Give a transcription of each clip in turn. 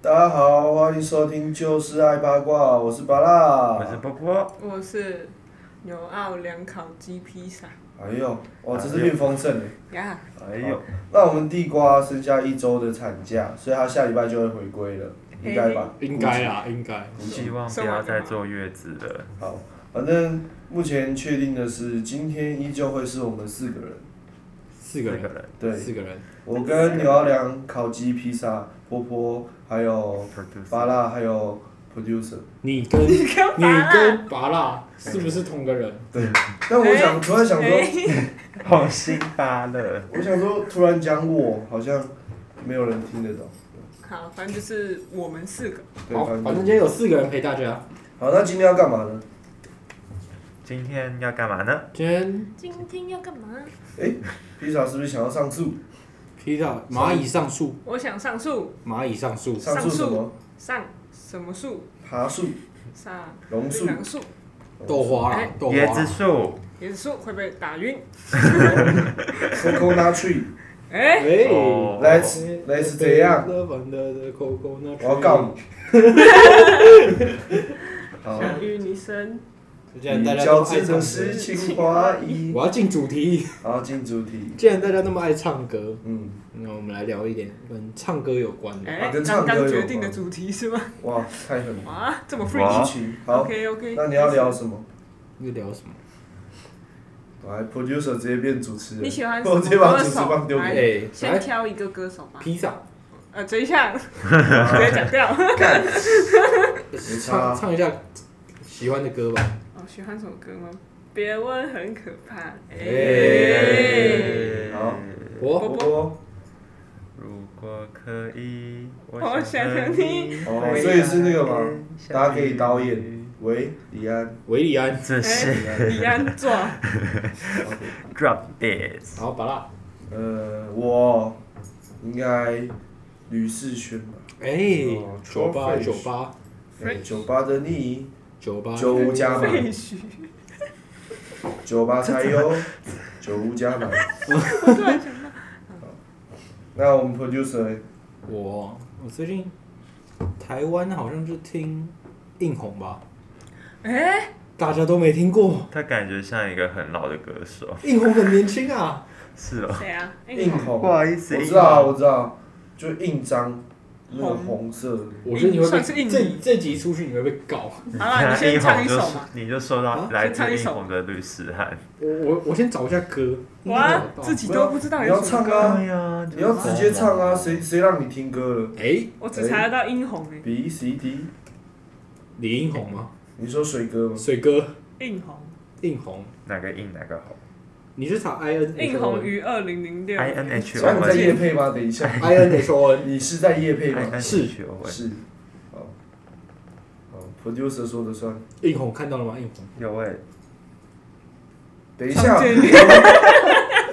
大家好，欢迎收听《就是爱八卦》，我是巴拉。我是波波，我是纽奥良烤鸡披萨哎呦，哇，这是变丰盛了。呀哎呦，那我们地瓜剩下一周的产假，所以他下礼拜就会回归了，应该吧？应该啦，应该。希望不要再坐月子了。好，反正目前确定的是，今天依旧会是我们四个人。四个四人，人，对，四个人，我跟牛阿良、烤鸡、披萨、波波，还有 Producer 巴拉，还有 producer。你 跟你跟拔蜡是不是同个人？对，但我想，突然想说，好心发热，我想说，突然讲我好像没有人听得懂。好，反正就是我们四个，对，好，反哦反正正今天有四个人陪大家。好，那今天要干嘛呢？今天要干嘛呢？今天今天要干嘛？披萨是不是想要上诉？披萨蚂蚁上树，我想上树，蚂蚁上树，上上诉什么？上什么树？爬树、上榕树、杨树、豆花啦哎，豆花椰子啦。树，椰子树会被打晕。 coconut tree。哎、哎哦来来是怎样？我要告你。好，想与你生，既然你大家交都爱织唱成歌，诗情画意。我要进主题。好，进主题。既然大家那么爱唱歌，嗯，那我们来聊一点跟唱歌有关的。哎、跟唱刚歌有刚关决定的主题是吗？哇，太狠了。哇，这么哇 free。曲好， OK OK，那你要？聊什么？你聊什么？来，producer 直接变主持人。你喜欢什我么直接把歌主持棒手？丢来给哎，先来挑一个歌手吧。披萨。呃，等一下，直接讲掉。没差啊唱唱一下喜欢的歌吧。哦，喜欢什么歌吗？别问，很可怕。哎、哎好我波波。如果可以，我想和你哦，所以是那个嘛，大家可以导演。喂，李安。维里安，哎这哎是 李安壮， OK drop this，然后巴拉，呃，我应该吕世轩吧。哎哦，九八 Tropic 九八哎 French 酒吧的你，九八，九五加满，废墟。酒吧才 有，九五加满。我突然想到，那我们 producer 我我最近台湾好像就听硬红吧，哎、大家都没听过，他感觉像一个很老的歌手，硬红很年轻啊，是哦。谁啊？硬哎红，不好意思我知道啊，硬我知道，就印章，那个红红色的。我觉得你会算是硬被你这这集出去你会被告，好啦你先一唱红一就首是嘛你就收到啊来先唱自一一首红的律师函。我我我先找一下歌，应该哇找，得自到己都不知道你要有什么唱啊歌。呀你要直接唱啊，谁谁让你听歌了哎我只查得到殷红哎、 ？B C D，李英红吗？你说水歌吗？水哥硬红，硬红，哪个硬哪个红你是查 I N 硬红于二零零六。 ？I N H 所以 O 你在夜 N，配吗？等一下， I N H O N，你是在夜配 I N 吗？ H O N，哎是，好，好，producer 说的算。硬红看到了吗？硬红。有哎，等一下，唱见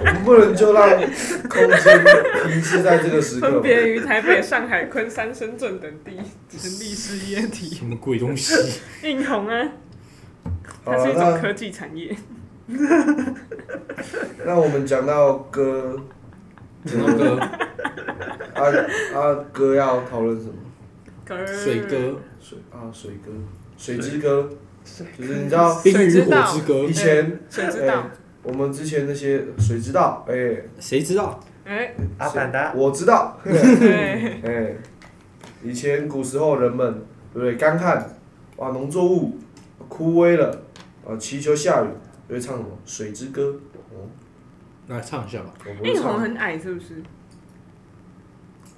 我们不能就让空间停滞在这个时刻分吧。别于台北、上海、昆山、深圳等地，成立事业体。什么鬼东西？硬红啊，好它是一种了，科技产业。那那我们讲到歌 那个啊啊歌要讨论什么？歌水嗯哥，水啊水歌，水之歌，就是你知道《冰与火之歌以》，前谁知道？我们之前那些谁知道？哎，谁知道？哎、阿凡达我知 道。对，哎，以前古时候人们对不对？干旱，哇，农作物枯萎了，啊，祈求下雨，就会唱什么《水之歌》。哦，来唱一下吧。我不会硬红唱。很矮是不是？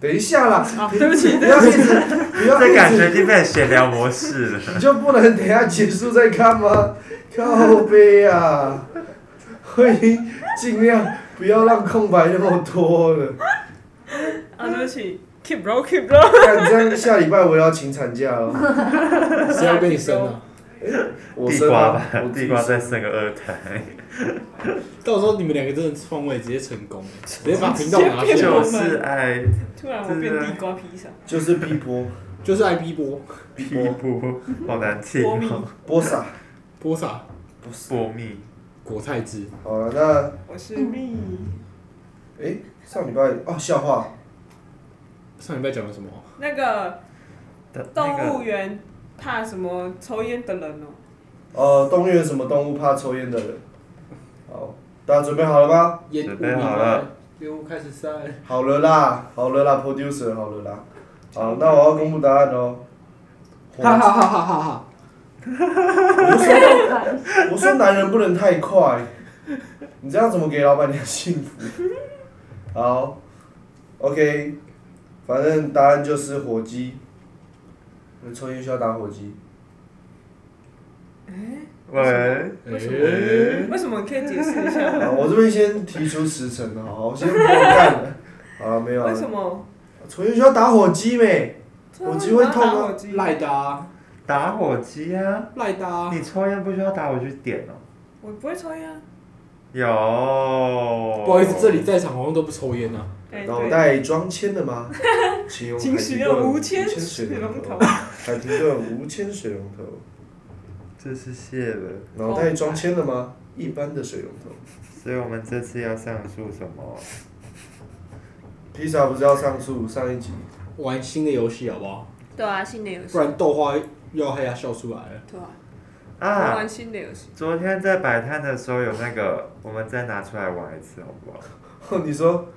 等一下啦，哦，对不起，不要一直，不要一这直，感觉已经变成闲聊模式了。你就不能等一下结束再看吗？靠背啊， 我已经尽量不要让空白那么多了。啊，对不起，keep roll，keep roll，看这样，下礼拜我要请产假了。谁要跟你生 啊？我地生瓜啊吧，我，自己地瓜生再生个二胎，到时候你们两个真的换位直接成功，直接把频道拿骗下我就来，们是爱突然我变地瓜披萨，就是碧波，就是 IP 波屁股，好难听波蜜哦。波萨。波萨波蜜，果菜汁。好了，那。我是蜜，哎，上礼拜哦，笑话，上礼拜讲了什么？那个的那动个物园怕什么抽烟的人哦、呃，动物园什么动物怕抽烟的人？好，大家准备好了吗？烟雾准弥备好漫了，烟雾开始散。好了啦，好了啦，producer，好了啦。好，那我要公布答案哦。火哈哈哈哈哈哈！我说我说男人不能太快，你这样怎么给老板娘幸福？ 好，OK，反正答案就是火鸡。抽烟需要打火机，喂，为什么诶为什么？你可以解释一下啊，我这边先提出辞呈了，好，我先不干了。好了，没有为了。什么？抽烟需要打火机没？火鸡会痛吗打火机赖的啊，打火机啊！赖的啊，你抽烟不需要打火机点哦。我不会抽烟、啊。有，哦不好意思，这里在场好像都不抽烟啊。哎、脑对，袋装铅了吗？请用请海使豚用盾无无铅水水龙头头。。海豚盾无铅水龙头。这是谢了，脑袋装铅了吗？一般的水龙头。所以我们这次要上诉什么？披萨不是要上诉上一集？ 玩新的游戏好不好？对啊，新的游戏不。然豆花要害他笑出来了。对啊，我啊玩，新的游戏。昨天在摆摊的时候有那个，我们再拿出来玩一次好不好？你说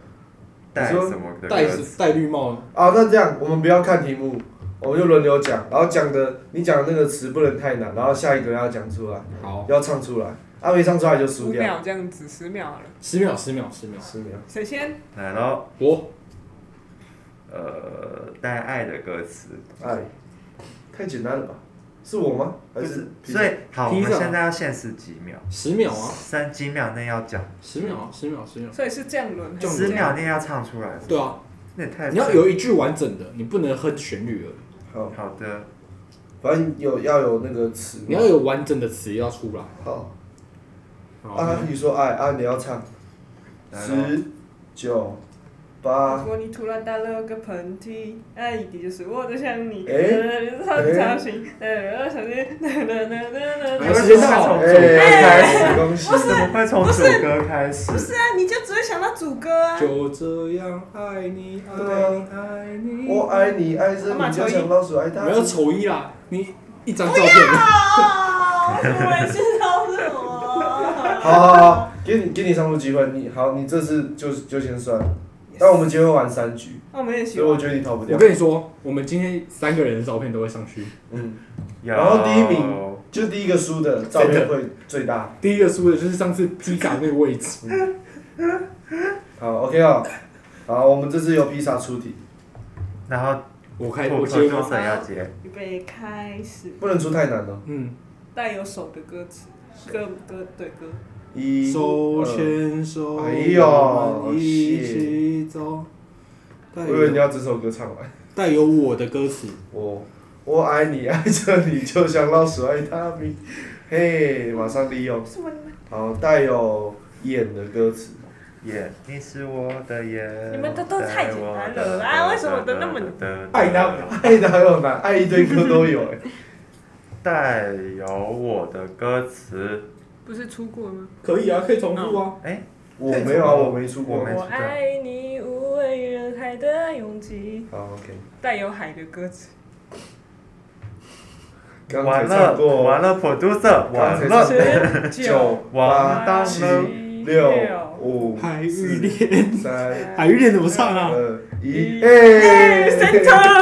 带什么的戴歌词？子戴绿帽，啊，那这样我们不要看题目，我们就轮流讲，然后讲的你讲的那个词不能太难，然后下一个人要讲出来，好，要唱出来，啊没唱出来就输五掉。秒这样子，十秒好了。十秒，十秒，十秒。十秒。首先，来喽，我呃，带爱的歌词，哎，太简单了吧？是我吗？还就是是披萨所以好，我披们萨现在要限时几秒，十秒啊，三几秒内要讲，十秒啊，十秒，十秒。所以是这样轮。还是十这样秒内要唱出来，对啊，那也太你要有一句完整的，你不能哼旋律而已，好，好的，反正有要有那个词。你要有完整的词要出来。好好，啊，你说爱啊，你要唱来咯十九如八。果你突然打了个喷嚏，艾迪就是我的想你。哎好伤心，呃，想你，哒哒哒哒哎哒。时间到从哎，主歌开始，开始恭喜怎。么会从主歌开始？不是啊，你就只会想到主歌啊。就这样爱你，爱对你，爱你。我爱你，爱着你，就像老鼠爱大不要象。丑一啦，你一张照片，啊！我也知道是我。好好好，给你给你上路机会，你好，你这次就就先算了。但我们今天会玩三局，那我们也喜所以我欢。觉得你逃不掉我。跟你说，我们今天三个人的照片都会上去。嗯，有然后第一名就第一个输的嗯照片会最大。第一个输的就是上次披萨那个位置，好，OK 哦。好，我们这次由披萨出题，然后我开我我接接歌吗？手要接，预备开始，不能出太难哦。嗯，带有手的歌词，歌歌对歌。一，手二牵手，嗯哎呦我们一起走。带我以为你有要整首歌唱完。带有我的歌词，我我爱你，爱着你，就像老鼠爱大米。嘿，马上利用。什么？你们好，带有演的歌词。耶，你是我的耶，你们的都太简单了啊为什么都那么爱他爱哪有难，爱一堆歌都有哎、带有我的歌词，不是出过吗？可以啊，可以重复啊。哎， 我没有啊，我没出我过没。我爱你，无畏人海的勇气。好，OK。哦带有海的歌词。刚才完唱了过，完了，producer，刚完才了，十九九完八蛋七了六五海芋恋，三嗯海芋恋怎么唱啊？二一，哎，center 哎，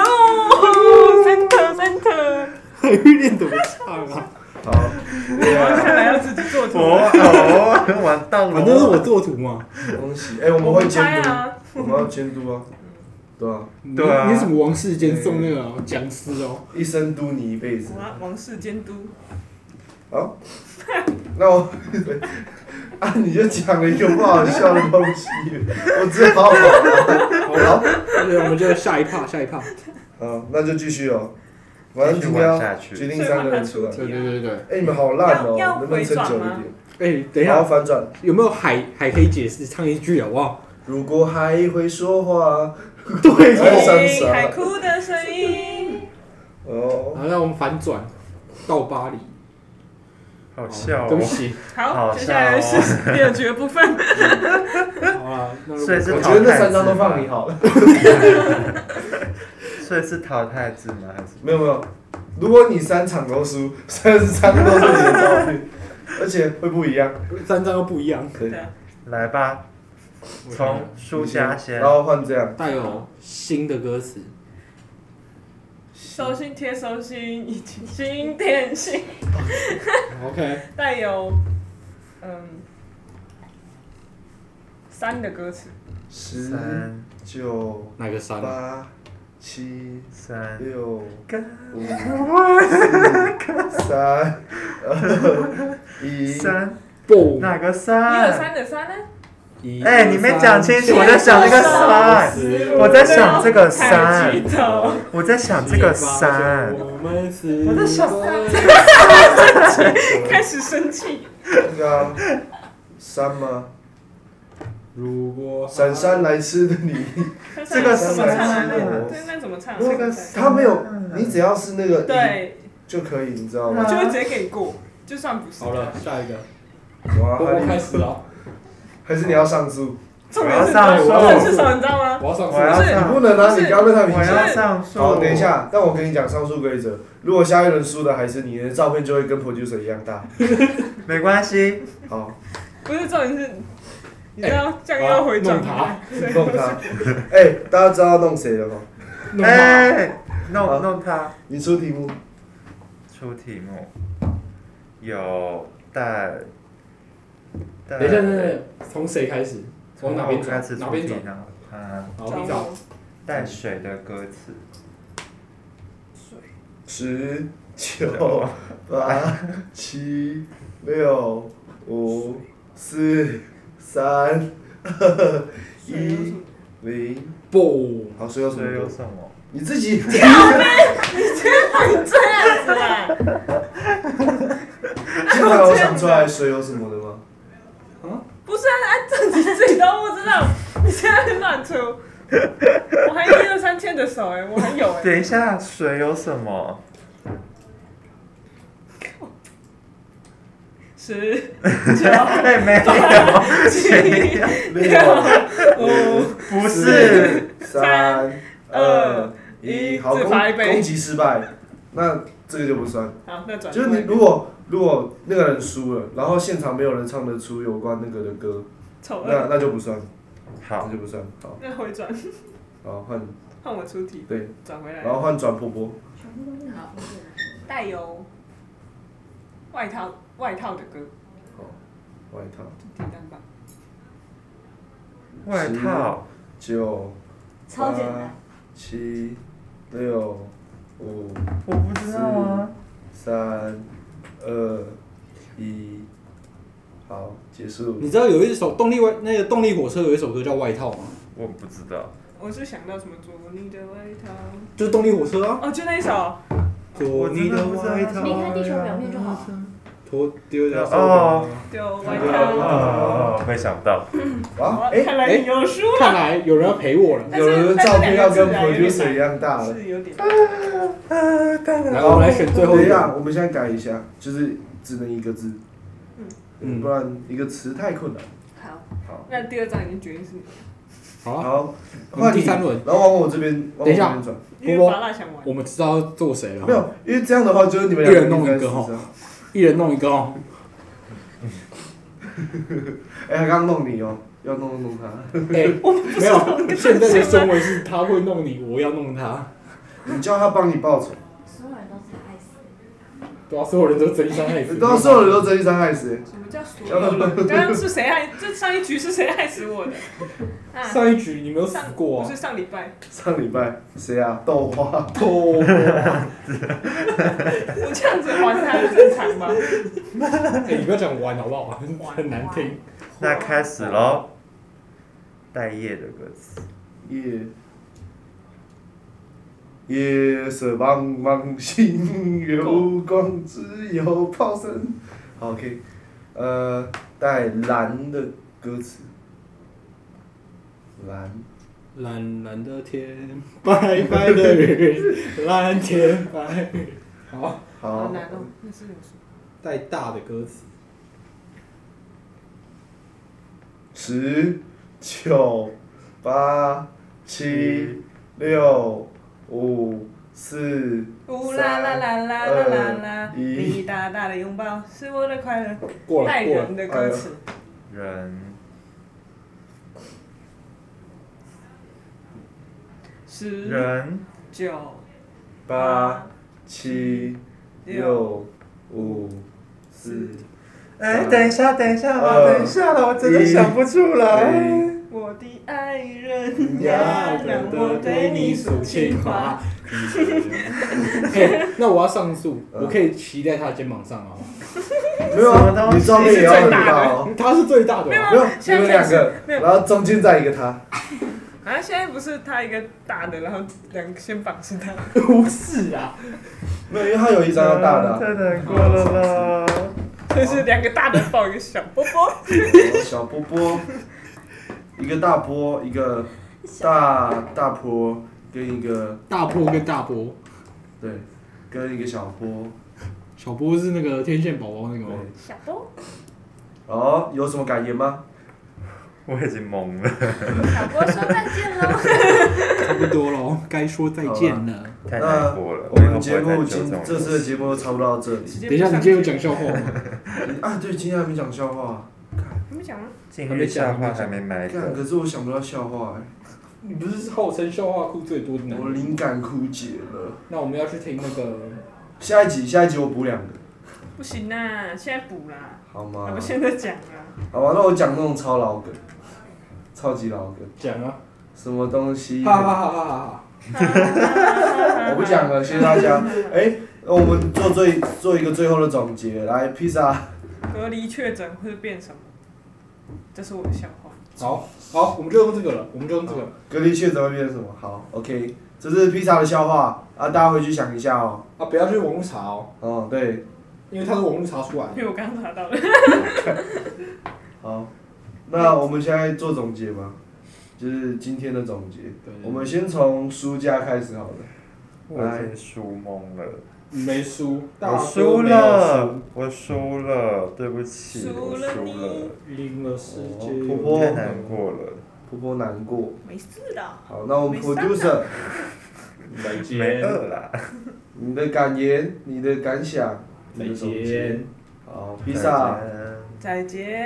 哦，center center，海芋恋怎么唱啊？好，看来要自己做我图。哦，完蛋反正是我了，做图嘛。恭喜！哎，我们会不监拍督，啊，我们要监督啊，对啊，你对啊你什么王世坚送那个僵尸哦？一生督你一辈子我。要王室监督。好，那我 啊，你就讲了一个不好笑的东西，我只好好了，那我们就下一趴，下一趴。好，那就继续哦。反正继续今天玩要下去决定三个人出来。对对对对，哎、你们好烂哦、要要能不能撑久回转吗一哎，等一点？然下后，反转。有没有海海可以解释唱一句好不好？如果还会说话， 对哎哦。三十啊海哭的声音，哦，好，那我们反转到巴黎。好笑对不哦，起。好，好接下来笑哦是第二 局的部分。 好啊，那如所以果是我觉得那三张都放你好了。所所以是淘汰制吗？还是没有没有，如果你三场都输， 三十场都是你的照片，而且会不一样。三张又不一样，对，对啊，来吧，从输家先然。后换这样，带有新的歌词，收心贴收心，以及新点心 OK，带有嗯三的歌词，十三九哪个三啊？八七三，六跟五四三二一，三不，哪个一二三？三的三呢？一哎，你没讲清楚，我在想那个三，三我在想这个抬三起，头，我在想这个三，我们是我在想开始生气，那个啊三吗？如果姗姗来迟的你， 这个怎么唱来三着？这那怎么唱啊？这个三他没有，你只要是那个一对，就可以，你知道我吗？就会直接给你过，就算不是好。了，下一个，嗯哇，我我还开始了，还是你要上诉？重点是我要上重点是什么？你知道吗？我要上我要诉，你不上，能啊，不是你刚刚那嗯我明要显。上树。好，等一，下，但我跟你讲上述规则，如果下一轮输的还是你，你的照片就会跟 producer 一样大。没关系，好，不是重点是，你知道酱我要油回转哎弄弄他，他。哎、大家知道弄谁了吗？弄他，哎，弄弄他。你出题目，出题目有带，带等一下，等一下，从谁开始？从从哪边我开始转？哪出边题转？呢？嗯，好，我找。带水的歌词，十九八七六五四三二一零。不，好，所以有什所以么有嗯歌？什么？你自己。这样子啊？现在有想出来水有什么的吗？不是啊，啊这你自己都不知道，你现在乱出。我还一二三牵着手哎、我还有哎、等一下，水有什么？十哎，没 有，七六五不是，三二一，一好，自攻罚一杯攻击失败，那这个就不算。好，那转就是你如果如果那个人输了，然后现场没有人唱得出有关那个的歌，丑那恶，那就不算，那好，就不算。好，那回转然后换换我出题，对，转回来然。后换转波波，好，带有外套外套的歌，外套简单吧？外套，九超简啊单，七六五我不知道啊。三二一，好，结束。你知道有一首动力外那个动力火车有一首歌叫《外套》吗？我不知哦道，我是想到什么做你的外套，就是动力火车啊，哦，就那一首，做你的外套，离开地球表面就好了。脱丢掉哦丢外套。哦哦，没想到，啊，哎、看来你又输了，看来有人要陪我了。但是有人的照片要跟但是两个字啊 producer 一样大了。是有点。来，我们哦来选最后等一一个。下，我们现在改一下，就是只能一个字，嗯不然一个词太困难。好，好，那第二张已经决定是你，好啊，好，我们换第你三轮，然后往我这边，往我等这一下边转。因为麻辣想玩。我们知道要做谁了。没，有，因为这样的话就是你们两个一人弄一个应该是吼这样。一人弄一个哦。哎，他刚弄你哦，要弄弄他，哎，没有，现在的氛围是他会弄你，我要弄他。你叫他帮你报仇，所有人都是爱死。对啊，所有人都真伤害你到时啊候人都真一伤害死。什么叫所有人？刚刚是谁害？这上一局是谁害死我的？啊，上一局你没有死上过不啊是？上礼拜，上礼拜谁啊？豆花，我这样子还他很正常吧？哎，你不要讲玩好不好？很难听。那开始喽。带叶的歌词，夜夜色茫茫，心有光，只有炮声。好，OK，呃，带蓝的歌词，蓝，蓝蓝的天，白白的云，蓝天白云。好，好，难哦，那是有什么？带大的歌词。十九八七六五四呜啦啦啦啦啦啦啦，三二一你大大的拥抱是我的快乐，过带了过了人，的歌词。人十人九八七六五四，哎，等一下，等一下啦，二等一下啦，我真的一想不出来。一我的爱人呀呀，，让等我我对对你你诉诉情情话话。。哎， 那我要上诉，我可以骑在他的肩膀上啊，没有什么啊，东西你照片也要很大哦。他是最大的没有啊，没有，你现在们两个，没有然后中间再一个他，啊，现在不是他一个大的，然后两个先绑是他。不是啊，没有，因为他有一张要大的啊、啊太难过了啦。就是两个大的抱一个小波波。小波波，一个大波，一个大大波，跟一个大波跟大波，对，跟一个小波。小波是那个天线宝宝那个对吗？小波，哦，有什么感言吗？我已经懵了，小波说再见喽。 差不多喽，该说再见了。太那难过了。我们节以后不目会再今做这这种次的节目就差不多到这 里。直接等一下，你今天有讲笑话吗？啊，对，今天还没讲笑话，你们讲啊，禁欲笑话还没埋看，梗。可是我想不到笑话、欸，你不是号称笑话库最多的男我人？灵感枯竭了。那我们要去听那个，下一集，下一集我补两个，不行啊，现在补啦，好吗要？不现在讲 啊。好吧，那我讲那种超老梗，超级老梗，讲啊，什么东西？哈哈哈哈哈哈。我不讲了，谢谢大家。哎、那我们做最做一个最后的总结，来，披萨，隔离确诊会变什么？这是我的笑话。好好，我们就用这个了，我们就用这个。隔离确诊会变成什么？好，OK，这是披萨的笑话啊，大家回去想一下哦。啊，不要去网络查哦，哦，对，因为它是网络查出来的。因为我刚刚查到了，好，那我们现在做总结吧，就是今天的总结。对我们先从输家开始好了。我已经输懵了，没输，大我哥输没有了，我输了，对不起，输我了输了你，输，赢了世界。婆婆太难过了，婆婆难过。没事的。好，那我们没事啊 producer，再没 见，饿啦。你的感言、你的感想、你再的总结。见。好，披萨，再见。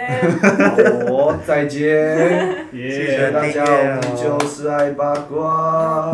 我再见。 耶谢谢大家，我们就是爱八卦。